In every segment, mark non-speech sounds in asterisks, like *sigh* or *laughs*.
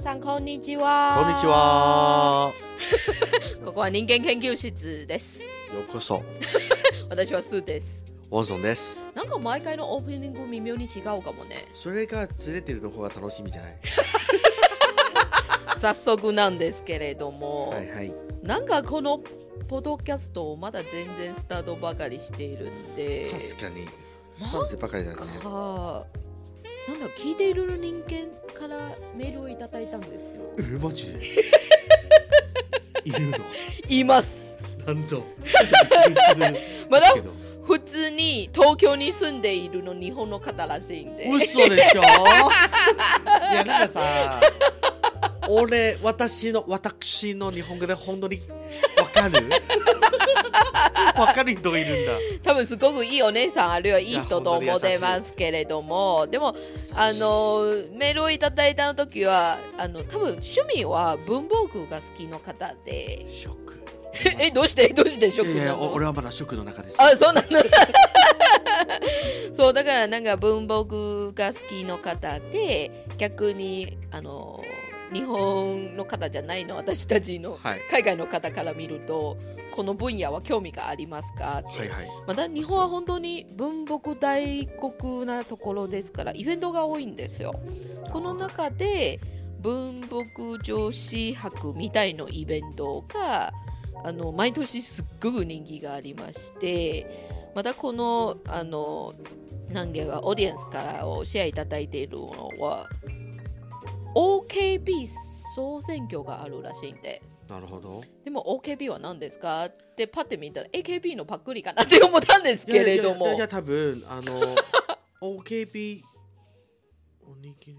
さんこんにちは。こんにち。は。ここは人間研究室です。ようこそ。私はスーです。ワンソンです。なんか毎回のオープニング微妙に違うかも *laughs* ね。それがずれてるの方が楽しみじゃない。早速なんですけれども、はいはい。なんかこのポッドキャストをまだ全然スタートばかりしているんで、確かに。サンズばかりだね。かなんだ聞いている人間からメールをいただいたんですよ。え、マジで。 *laughs* いるの。います。なんと。まだけど普通に東京に住んでいるの日本の方らしいんで。嘘で *laughs* しょいやなんかさ俺私の私の日本語で本当にわか *laughs* るわかる人がいるんだ多分すごくいいお姉さんあるいはいい人と思ってますけれどもでもあのメールをいただいた時はあの多分趣味は文房具が好きの方でショッ *laughs* クえどうしてどうしてショッいクやいなやおの俺はまだショックの中ですあそうなのそうだからなんか文房具が好きの方で逆にあの日本の方じゃないの私たちのはい海外の方から見るとこの分野は興味がありますかってはいはいまた日本は本当に文牧大国なところですからイベントが多いんですよ。この中で文牧女子博みたいのイベントがあの毎年すっごく人気がありましてまたこのあの何件かオーディエンスからをシェアいただいているのは OKB 総選挙があるらしいんで。なるほどでも OKB は何ですかってパッて見たら AKB のパクリかなって思ったんですけれどもいやいやいやいや多分あの *laughs* OKB おにぎり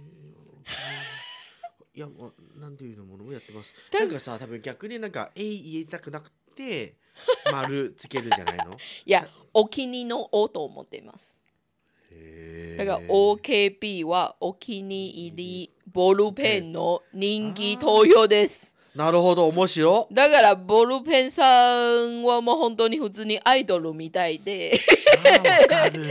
いやわなんていうのものもやってますだなんかさ多分逆になんか A 言いたくなくて丸つけるん *laughs* じゃないのいやお気に入りの O と思っていますだから OKB はお気に入りボールペンの人気投票ですなるほど面白 *laughs* だからボールペンさんはもう本当に普通にアイドルみたいであーわかる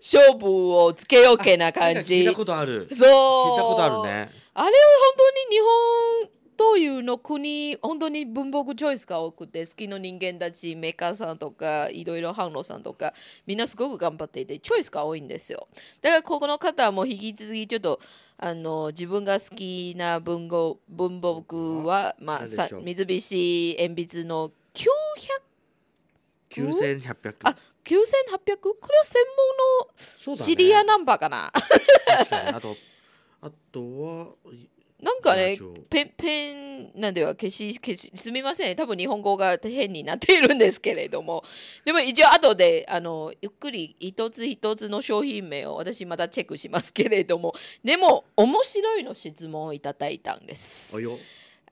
勝負をつけようけ *laughs* ななんか感聞いじたことある聞いそうたことあるねあれは本当に日本というの国本当に文房具チョイスが多くて好きな人間たちメーカーさんとかいろいろ販路さんとかみんなすごく頑張っていてチョイスが多いんですよだからここの方はもう引き続きちょっとあの自分が好きな文豪文房具は、まあ、何でしさょう三菱鉛筆の900 9800あ9800これは専そ門のうだねシリアナンバーかな、 *laughs* 確かにあとあとはなんかねラジオペン、ペンなんでは消し消しすみません多分日本語が変になっているんですけれどもでも一応後であのゆっくり一つ一つの商品名を私またチェックしますけれどもでも面白いの質問をいただいたんでおすよ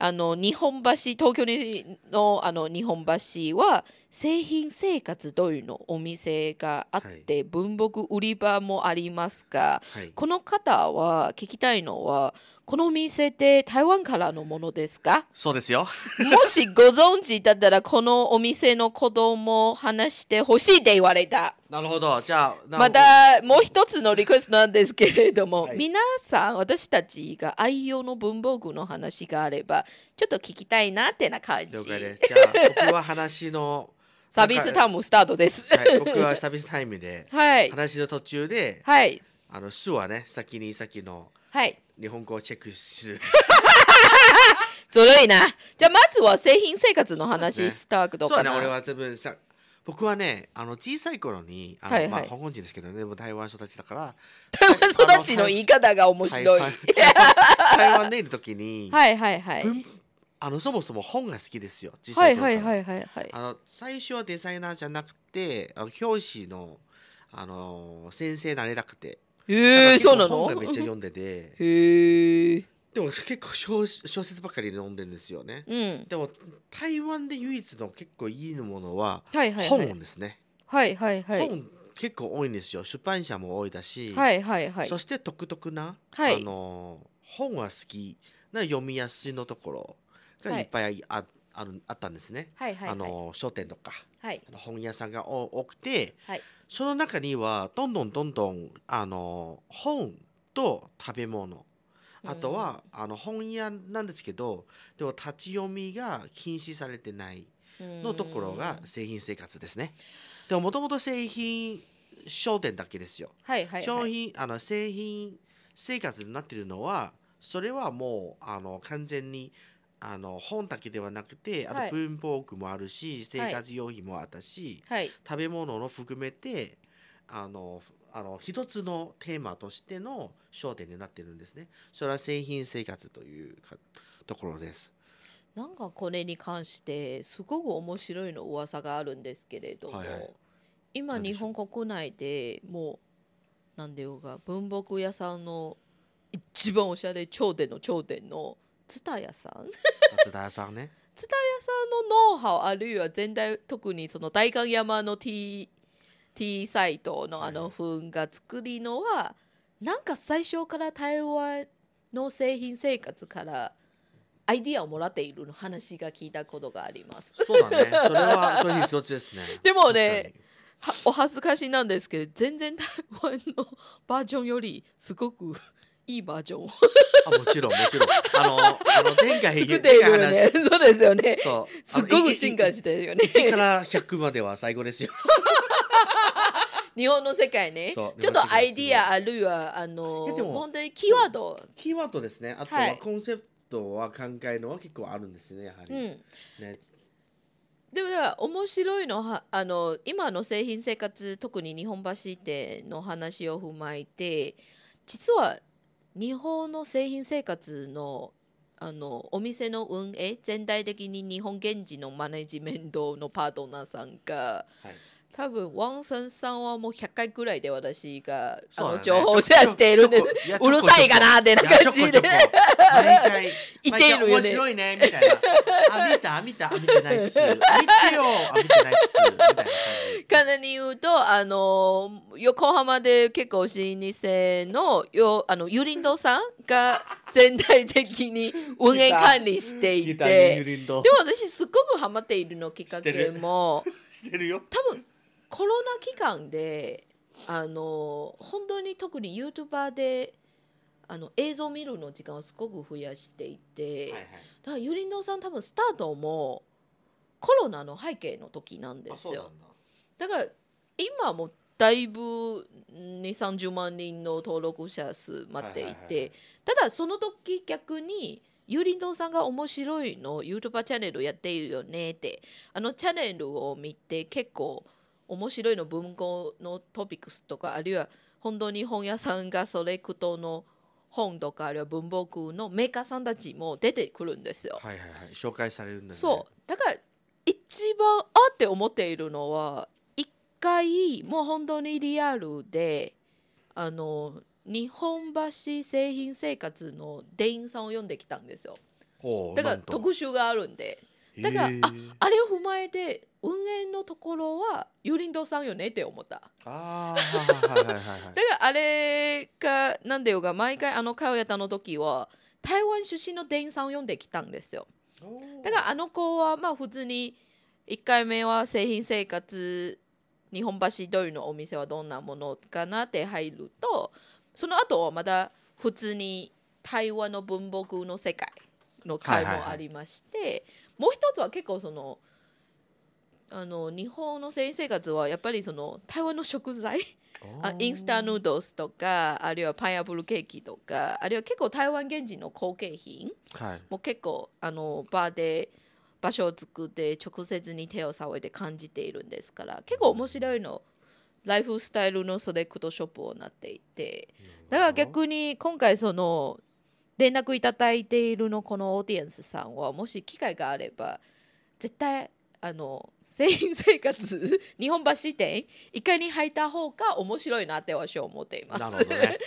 あの日本橋東京にのあの日本橋は製品生活というのお店があって、文房具売り場もありますがはいこの方は聞きたいのはこのお店って台湾からのものですか *laughs* そうですよもしご存知だったらこのお店の子供を話してほしいって言われたなるほどじゃあなまたもう一つのリクエストなんですけれども、はい皆さん私たちが愛用の文房具の話があればちょっと聞きたいなってな感じ了解です。じゃあ僕は話の、 *laughs* サービスタイムスタートですはい、僕はサービスタイムではい話の途中で、はいあのスーはね先にさっきのはい日本語をチェックする。ずるいなじゃあまずは製品生活のそう話ですねしたくどうそうかねな俺は多分さ僕はねあの小さい頃にあの、はいはいまあ、香港人ですけどねでも台湾育ちだから *laughs* 台湾育ちの言い方が面白い。台は湾い台湾でいる時に、 *laughs* はいはい。文あのそもそも本が好きですよ小はさいい頃かはら。いはいはいはい。あの最初はデザイナーじゃなくてあの表紙のあの先生になれなくて。へえそうな本のがめっちゃ読んでて。へえ。でも結構小小説ばっかり読んでるんですよね。うん。でも台湾で唯一の結構いいものははいはいはい。本ですね。はいはいはい。本結構多いんですよ。出版社も多いだし、はいはいはいそ。して独特な、はいあの本は好きな読みやすいのところがはいいっぱいあ,、あるあったんですね。はいはいあはい。の書店とかはい。あの本屋さんがお多くて、はいその中にはどんどんどんどんあの本と食べ物あとは、あの本屋なんですけどでも立ち読みが禁止されてないのところがうん製品生活ですね。でももともと製品商店だけですよ。はいはい、はい、商品あの製品生活になってるのはそれはもうあの完全にあの本だけではなくてあはとい文房具もあるし、生活用品もあったし、はい食べ物の含めてあのあの一つのテーマとしての焦点になってるんですね。それは製品生活というかところです。なんかこれに関してすごく面白いの噂があるんですけれども、はいはい今何で日しょう本国内でもうなんでよが文房具屋さんの一番おしゃれ頂点の頂点の蔦屋さん蔦屋津田さんね。さんのノウハウあるいは全体特にその代官山の T, T サイトのあはいはのい粉が作りのはなんか最初から台湾の製品生活からアイディアをもらっているの話が聞いたことがあります。そうだね。それはそれ一つですね。 *laughs* でもね確かにはお恥ずかしなんですけど全然台湾のバージョンよりすごくいいバージョンを作あもちろんもちろんあのあの *laughs* 前回っているよねそうですよね前回話そうすっごく進化ししてるよね1から100までは最後ですよ *laughs* 日本の世界ねちそょうっとアイディアあるいはあのえでも本当にキーワード、キーワードですねあとははいコンセプトは考えるのは結構あるんですねやはり、うん、ねでもだから面白いのはあの今の製品生活特に日本橋店の話を踏まえて実は日本の製品生活のあのお店の運営全体的に日本現地のマネジメントのパートナーさんがはい多分ワンさんさんはもう100回ぐらいで私が、あそうだのね情報をシェアしているんですちょこちょこうるさいかなってなやちょ感こちょじこで *laughs* 毎回言っているよね毎回面白いねみたいなあ見た見た見てないっす見てよあ見てないっ *laughs* すみたいな感じ簡単に言うとあの横浜で結構老舗のよあのユリンドさんが全体的に運営管理していギターにユてリンドでも私すっごくハマっているのきっかけもしてるよ多分コロナ期間であの本当に特に YouTuber であの映像見るの時間をすごく増やしていて、はいはいだからユリンドさん多分スタートもコロナの背景の時なんであすそうよな。んだだから今もだいぶ2 3 0万人の登録者数待っていて、はいはいはいはいただその時逆にゆりんどうさんが面白いの YouTuber チャンネルやっているよねってあのチャンネルを見て結構面白いの文庫のトピックスとかあるいは本当に本屋さんがセレクトの本とかあるいは文房具のメーカーさんたちも出てくるんですよ。はいはいはい紹介されるんだよねそうだから一番あって思っているのは一回もう本当にリアルであの日本橋製品生活の店員さんを読んできたんですよほうだからなんと特集があるんでだからへえあれを踏まえて運営のところはユリンドさんよねって思ったああ、はいはいはいはいはいだからあれがなんでよが毎回あの会をやったの時は台湾出身の店員さんを読んできたんですよおー。 *laughs* だからあの子はまあ普通に1回目は製品生活日本橋通りのお店はどんなものかなって入るとその後はまた普通に台湾の文房具の世界の会はいはいもはいありまして、もう一つは結構そのあの日本の製品生活はやっぱりその台湾の食材おーあインスタントヌードルスとかあるいはパイナップルケーキとかあるいは結構台湾現地の工芸品はい。もう結構あのバーで場所を作って直接に手を触いで感じているんですから結構面白いのライフスタイルのセレクトショップをなっていてだから逆に今回その連絡いただいているのこのオーディエンスさんはもし機会があれば絶対あの *laughs* 製品生活日本橋店一回に入った方が面白いなって私は思っています。なるほ *laughs* どね。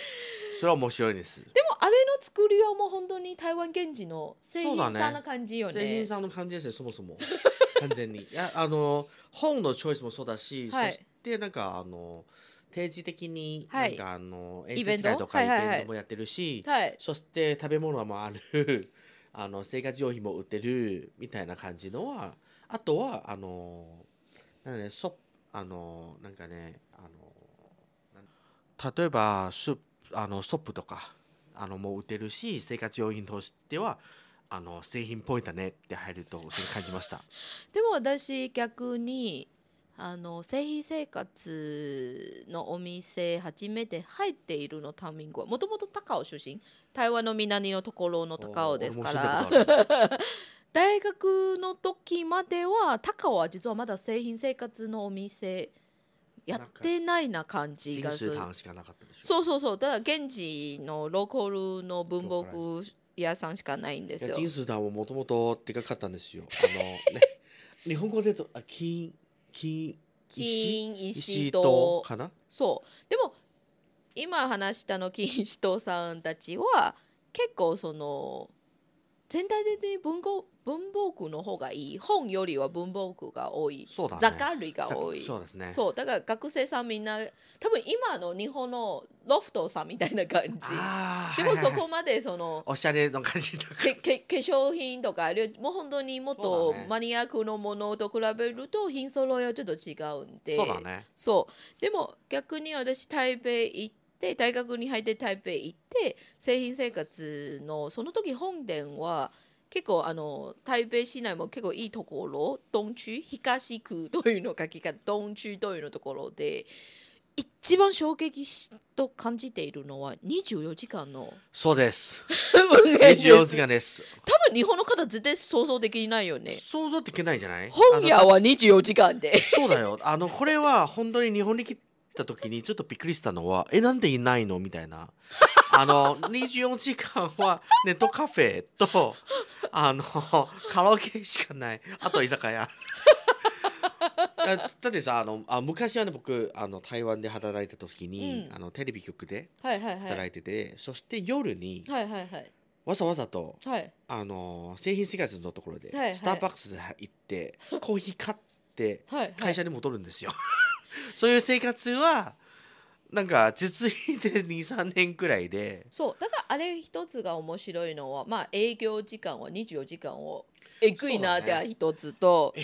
それは面白いです。でもあれの作りはもう本当に台湾現地の製品そうださんねな感じよね。製品さんの感じですね、そも *laughs* そも。完全に。いや、あの、本のチョイスもそうだし、はいそしてなんか、あの、定時的に、なはんいか、あの、演イベン説ト会とかはイいはいはいベントもやってるし、はい。そして食べ物もある、 *laughs* あの、生活用品も売ってる、みたいな感じのは、あとは、あの、なんかね、そ、あの、なんかね、あの、なん例えば、スープあの、ソップとか、あのもう打てるし生活用品としてはあの製品っぽいだねって入るとそれ感じ *laughs* ましたでも私逆にあの製品生活のお店初めて入っているのタイミングはもともと高尾出身台湾の南のところの高尾ですからおー俺も住んだことある大学の時までは高尾は実はまだ製品生活のお店やってないな感じ人がす数る単しかなかったでしょそうそうそうだから現地のローカルの文房具屋さんしかないんでいすやよジンスダンはもともとでかかったんですよ。あのね、 *laughs* 日本語で言うとあ金金石金石石ととかな。そうでも今話したの金石堂さんたちは結構その全体的に文豪文房具の方がいい本よりは文房具が多い、そうだね。雑貨類が多いざそうですね。そうだから学生さんみんな多分今の日本のロフトさんみたいな感じあーでもはいはそいはいこまでそのおしゃれの感じだから。けけ化粧品とかあれもう本当にもっそとうだねマニアックのものと比べると品揃えはちょっと違うんでそうだね。そうでも逆に私台北行って大学に入って台北行って製品生活のその時本殿は結構あの台北市内も結構いいところ東区東区というの書き方東区というのところで一番衝撃しと感じているのは24時間のそ *laughs* うです。文言で営す業時間です。多分日本の方絶対想像できないよね想像できないんじゃない？本あ屋のは24時間でそうだよ。あのこれは本当に日本に来た時にちょっとびっくりしたのはえなんでいないのみたいな。あの24時間はネットカフェとあのカラオケしかないあと居酒屋だだってさあのあ昔はね僕あの台湾で働いた時に、うんあのテレビ局ではいはいはい働いてて、そして夜にはいはいはいわざわざとはいあの製品生活のところで、はいはいスターバックスで行ってコーヒー買ってはいはい会社に戻るんですよ。 *laughs* そういう生活はなんか続いて23年くらいでそうだからあれ一つが面白いのはまあ営業時間は24時間をえぐいなっそうだねて一つ *laughs* と、え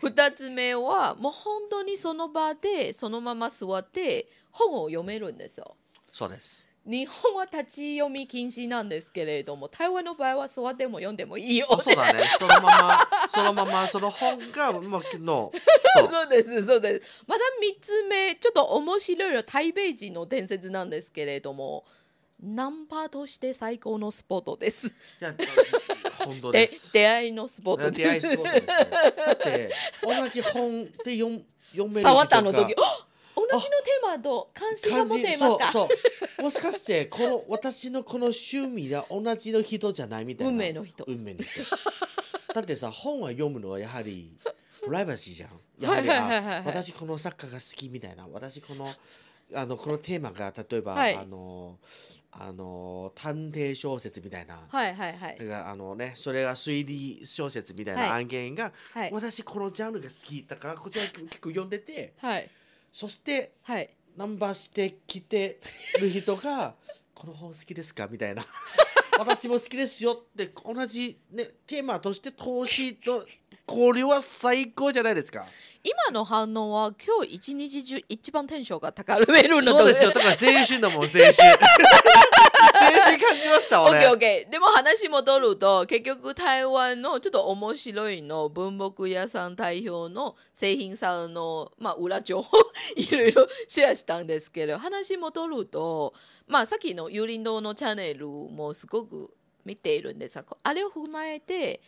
二つ目はもう本当にその場でそのまま座って本を読めるんですよ。そうです。日本は立ち読み禁止なんですけれども台湾の場合は座っても読んでもいいよそうだね。そのままそのままその本がまあのそうそうですそうですまた3つ目ちょっと面白いのは台北人の伝説なんですけれどもナンパとして最高のスポットですいや本当でです。出会いのスポット出で会いすすごいですね。だって同じ本で読ん読め *laughs* る触った人のが時あ同じのテーマと関心が感持っじていまそすうかそうもしかしてこの私のこの趣味が同じの人じゃないみたいな運命の人運命の人 *laughs* だってさ本は読むのはやはりプライバシーじゃん *laughs* やははいりはいはいはいあ私この作家が好きみたいな私このあのこのテーマが例えば、はいあのあの探偵小説みたいな、はいはいはいだからあのねそれが推理小説みたいはいな案件が、はい私このジャンルが好きだからこちら結構読んでてはいそしてはいナンバーしてきてる人が「 *laughs* この本好きですか?」みたいな *laughs* 「私も好きですよ」って同じ、ね、テーマとして投資と交流は最高じゃないですか。今の反応は今日一日中一番テンションが高 *laughs* めるのとそうですよだから青春だもん青 *laughs* 春青春感じましたオッケーオッ俺ケーでも話戻ると結局台湾のちょっと面白いの文房具屋さん代表の製品さんの、まあ、裏情報いろいろシェアしたんですけど話戻ると、まあ、さっきの有林堂のチャンネルもすごく見ているんですがあれを踏まえて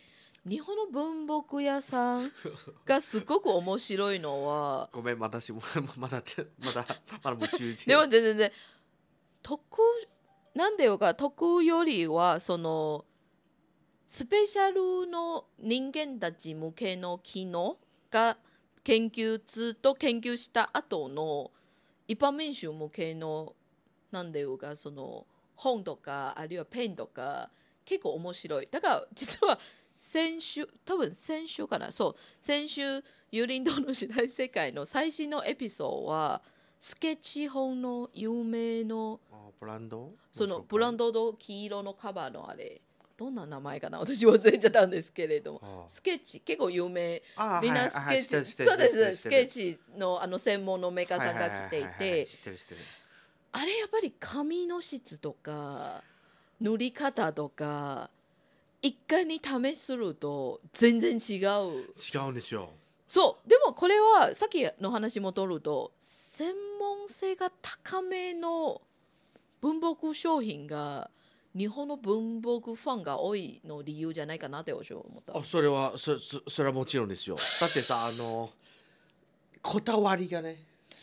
日本の文房具屋さんがすごく面白いのはごめん私も *laughs* まだまだまだ夢中ででも全然全然得なんでよか得よりはそのスペシャルの人間たち向けの機能が研究ずっと研究した後の一般民衆向けのなんでよかその本とかあるいはペンとか結構面白いだから実は先週多分先週かなそう先週「ユーリンドの知らない世界」の最新のエピソードはスケッチ本の有名のあブランドそのブランドドの黄色のカバーのあれどんな名前かな私忘れちゃったんですけれどもあスケッチ結構有名あみんなスケッチ、そうですスケッチのあの専門のメーカーさんが来ていて知ってる知ってるあれやっぱり紙の質とか塗り方とか一回に試すると全然違う違うんですよそうでもこれはさっきの話戻ると専門性が高めの文房具商品が日本の文房具ファンが多いの理由じゃないかなって私は思ったあそれはそそそれはもちろんですよだってさあのこだわりがね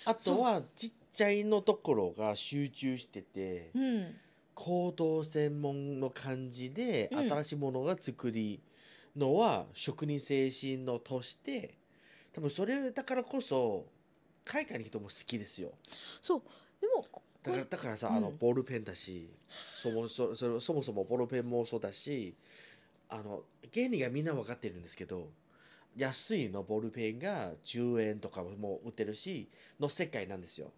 あとはちっちゃいのところが集中しててうん行動専門の感じでうん新しいものが作りのは職人精神のとして多分それだからこそ海外の人も好きですよそうでもこだからこだからさ、うんあのボールペンだしそもそそそもそもボールペンもそうだしあの原理がみんな分かってるんですけど安いのボールペンが10円とかも売ってるしの世界なんですよ。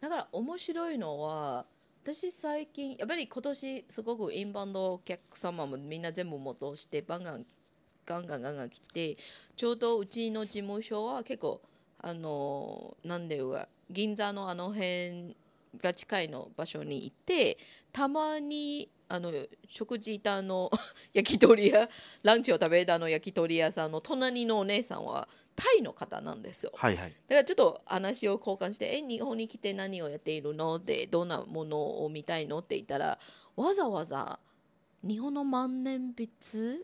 だから面白いのは私最近やっぱり今年すごくインバウンドお客様もみんな全部戻してバンガンガンガンガンガン来てちょうどうちの事務所は結構あのなんでいうか銀座のあの辺が近いの場所にいてたまにあの食事いたあの *laughs* 焼き鳥屋ランチを食べたあの焼き鳥屋さんの隣のお姉さんはタイの方なんですよ。はいはい。だからちょっと話を交換して「え日本に来て何をやっているの?」って「どんなものを見たいの?」って言ったらわざわざ日本の万年筆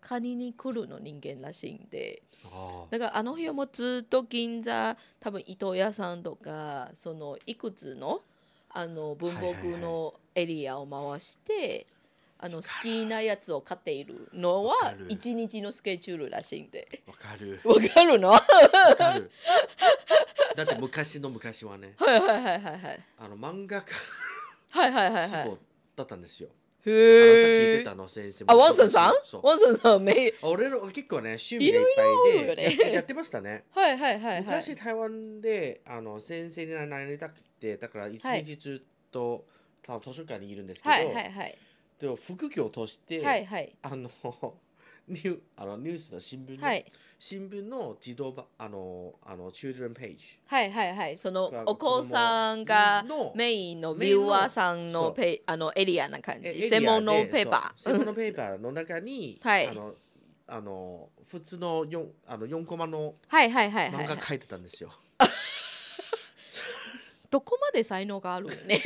借りに来るの人間らしいんであだからあの日はもうずっと銀座多分伊藤屋さんとかそのいくつのあの文房具のエリアを回して、あの好きなやつを買っているのはわかる一日のスケジュールらしいんでわか *laughs* る。わかるのはわかる。だって昔の昔はねいはいはいはいはい。あの漫画家はいはいはいはい。志望だったんですよ。あのさっき言っへてえ。たあの先生もあ、ワンさんさんそう。ワンさんさんめい。俺ら結構ね趣味がいっぱいでいろいろあるよねやってましたね。はいはいはいはい。昔台湾であの先生になりたくてだから一はい日ずっと、多分図書館にいるんですけど、はいはいはい。でも副業を通して、はいはい。あのニューあのニュースの新聞の、はい新聞の自動版あのあの children page はいはいはい。そのがお子さんが子供のメインのメビインュのーアーさんそのうペイあのエリアな感えエじ。リアで専門のペーパそうー。専う門のんペーパーの中に、はいあのあの普通の四あの四コマのはいはいはいはいは漫画い。書いてた *laughs* んですよ。どこまで才能があるよ *laughs* ね。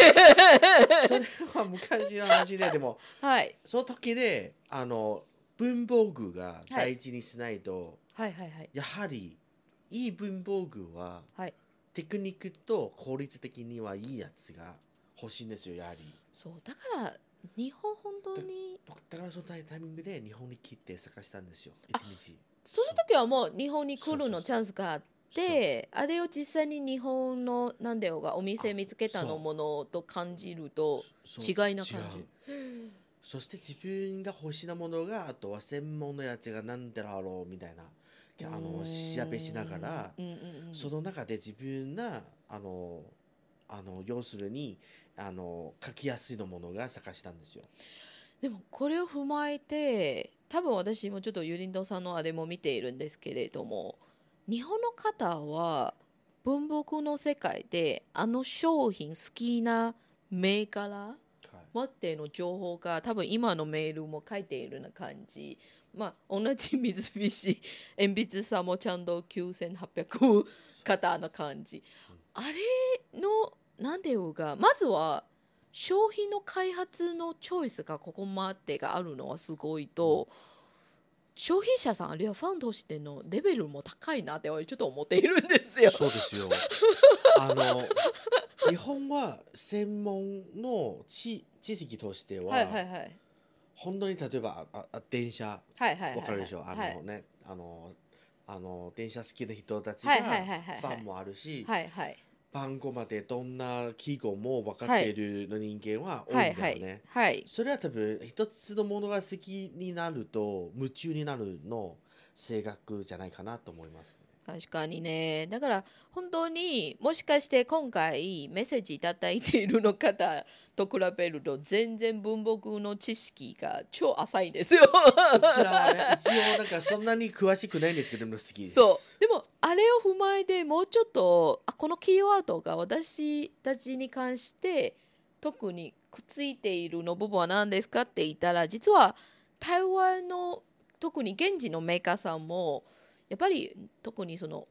それは昔の話ででもはい。その時であの文房具が大事にしないと、はいはいはい。やはりいい文房具ははい。テクニックと効率的にはいいやつが欲しいんですよやはりそうだから日本本当に僕だからそのタイミングで日本に来て探したんですよ一日その時はもう日本に来そうるそうそのうチャンスがあって。であれを実際に日本のなんだよがお店見つけたあそのうものと感じるとそう違そういな感違うじそして自分が欲しいなものがあとは専門のやつが何だろうみたいなあの調べしながらうんうんうんその中で自分なあのあの要するにあの書きやすいのものが探したんですよ。でもこれを踏まえて多分私もちょっとユリンドさんのあれも見ているんですけれども日本の方は文房具の世界であの商品好きな銘柄はい待っての情報が多分今のメールも書いているような感じまあ同じ三菱鉛筆さんもちゃんと9800型の感じあれのなんていうかまずは商品の開発のチョイスがここまでがあるのはすごいと、消費者さんあるいはファンとしてのレベルも高いなって俺ちょっと思っているんですよ。そうですよ。 *laughs* あの日本は専門の知知識としては、はいはいはい本当に例えばああ電車わはいはいはいかるでしょ、はいあのねあのあの電車好きな人たちがはフいはいはいはいはいァンもあるし、はいはい番号までどんな記号も分かっているの人間は多いんはだよいね。はいはいそれは多分一つのものが好きになると夢中になるの性格じゃないかなと思い *laughs* ますね。確かにねだから本当にもしかして今回メッセージいただいているの方と比べると全然文房具の知識が超浅いですよ。うちらはね、一応なんかそんなに詳しくないんですけど、でも好きです。そうでもああれを踏まえてもうちょっとあこのキーワードが私たちに関して特にくっついているの部分は何ですかって言ったら実は台湾の特に現地のメーカーさんもやっぱり特にその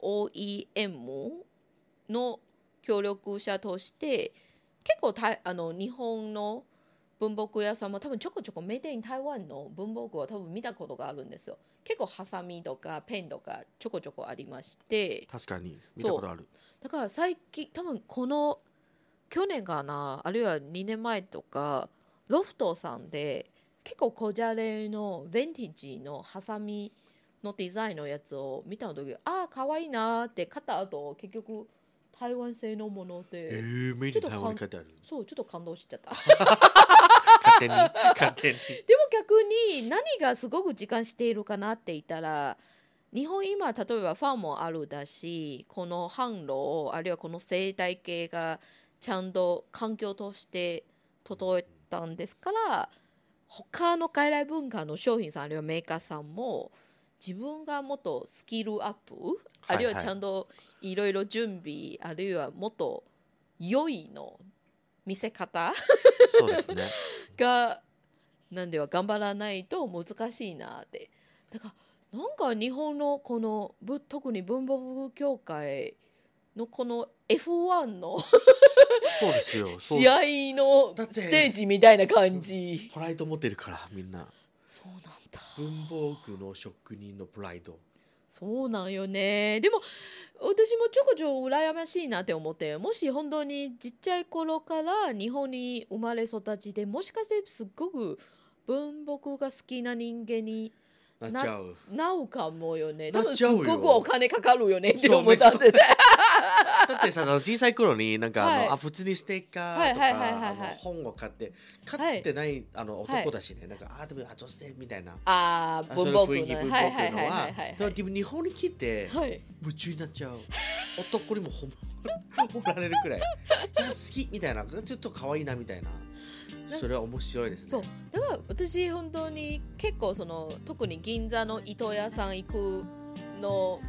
OEM の協力者として結構たいあの日本の文房具屋さんも多分ちょこちょこメデイン台湾の文房具は多分見たことがあるんですよ結構ハサミとかペンとかちょこちょこありまして確かに見たことあるだから最近多分この去年かなあるいは2年前とかロフトさんで結構小じゃれのヴィンテージのハサミのデザインのやつを見たの時ああ可愛いなーって買った後結局台湾製のものでえー、メイちょドっと台湾に書いてあるそうちょっと感動しちゃった。勝手 *laughs* に勝手にでも逆に何がすごく時間しているかなって言ったら日本今例えばファンもあるだしこの販路あるいはこの生態系がちゃんと環境として整えたんですから他の外来文化の商品さんあるいはメーカーさんも自分がもっとスキルアップあるいはちゃんといろいろ準備あるいはもっと良いの見せ方そうですねがなんでは頑張らないと難しいなってだからなんか日本のこのぶ特に文房具協会のこの F1 のそうです *laughs* よそう試合のだってステージみたいな感じプライド持ってるからみんなそうなんだ文房具の職人のプライドそうなんよねでも私もちょこちょこ羨ましいなって思ってもし本当にちっちゃい頃から日本に生まれ育ちでもしかしてすっごく文房具が好きな人間になっちゃうなおかもよね。な多っ分ちすゃっうよごくお金かかるよねって思ったんでね。だってさあの小さい頃になんかあの、はいあ普通にステッカはーいとはいはいはいかあのはい本を買って買ってない、あの男だしね、なんかあでもあ女性みたいな *laughs* ああ、あそうい文う房具雰囲の気ね。はい文房具のはいはいはいははいだからでも日本に来てはい。はい。夢中になっちゃう男にもほん *laughs* おられるくらいいや好きみたいなちょっと可愛いなみたいなそれは面白いですねそうだから私本当に結構その特に銀座の糸屋さん行くの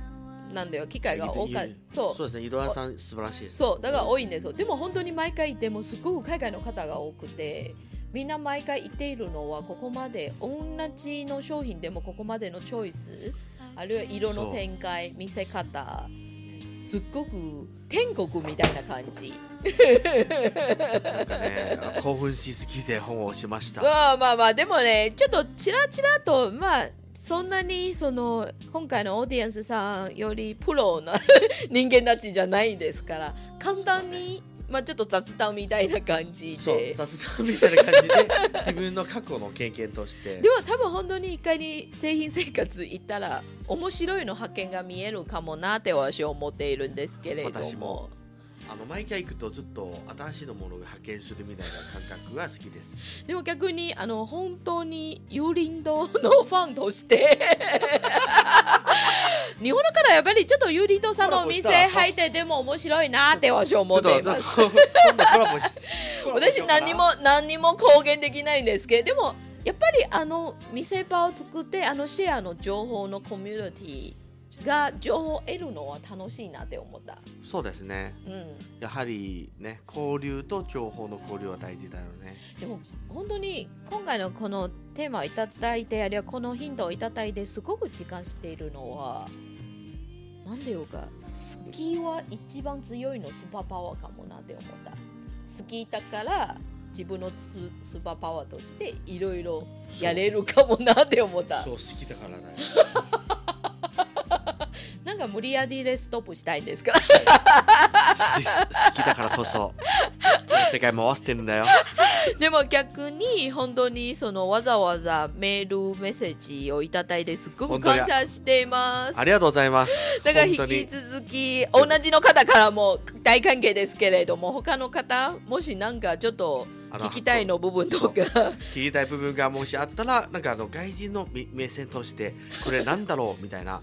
なんだよ機会が多かったいいそうそうですね井戸川さん素晴らしいですそうだから多いんですよでも本当に毎回行ってもすごく海外の方が多くてみんな毎回行っているのはここまで同じの商品でもここまでのチョイスあるいは色の展開見せ方すっごく天国みたいな感じなんかね興奮しすぎて本を押しましたまあまあまあでもねちょっとちらちらとまあそんなにその今回のオーディエンスさんよりプロな *laughs* 人間たちじゃないですから簡単に、まあちょっと雑談みたいな感じそうで雑談みたいな感じで自分の過去の経験としてでも多分本当に一回に製品生活行ったら面白いの発見が見えるかもなって私は思っているんですけれども私もあの毎回行くとずっと新しいものを発見するみたいな感覚が好きですでも逆にあの本当に有林堂のファンとして *laughs* 日本からやっぱりちょっと有林堂さんのお店コラボした入ってでも面白いなって私は思っていますちょっとちょっと今度コラボしコラボし私ようかな何にも何にも公言できないんですけれどもやっぱりあの店場を作ってあのシェアの情報のコミュニティが情報を得るのは楽しいなって思った、そうですねうん、やはりね交流と情報の交流は大事だよねでも本当に今回のこのテーマをいただいてあるいはこのヒントをいただいてすごく実感しているのはなんでよか好きは一番強いのスーパーパワーかもなって思った好きだから自分のススーパーパワーとしていろいろやれるかもなって思ったそう好きだからねなんか無理やりでストップしたいんですか *laughs* *laughs* 好きだからこそ世界回してるんだよでも逆に本当にそのわざわざメールメッセージをいただいてすっごく本当に感謝していますありがとうございますだから本引当きに続き同じの方からも大歓迎ですけれども他の方もしなんかちょっとあ聞きたいの部分とそうか聞きたい部分がもしあったらなんかあの外人のみ目線としてこれなんだろうみたいな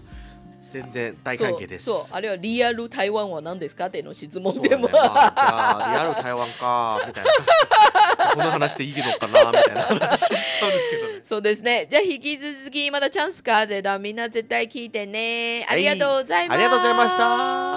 全然大歓迎ですそうそうあるいはリアル台湾は何ですかっていうの質問そうでだねも、あじゃあリアル台湾かみたいなこの話でいいのかなみたいな話しちゃうんですけどね。 *laughs* そうですね。じゃあ引き続きまだチャンスかあるけど、みんな絶対聞いてね。ありがとうございます。はいありがとうございました。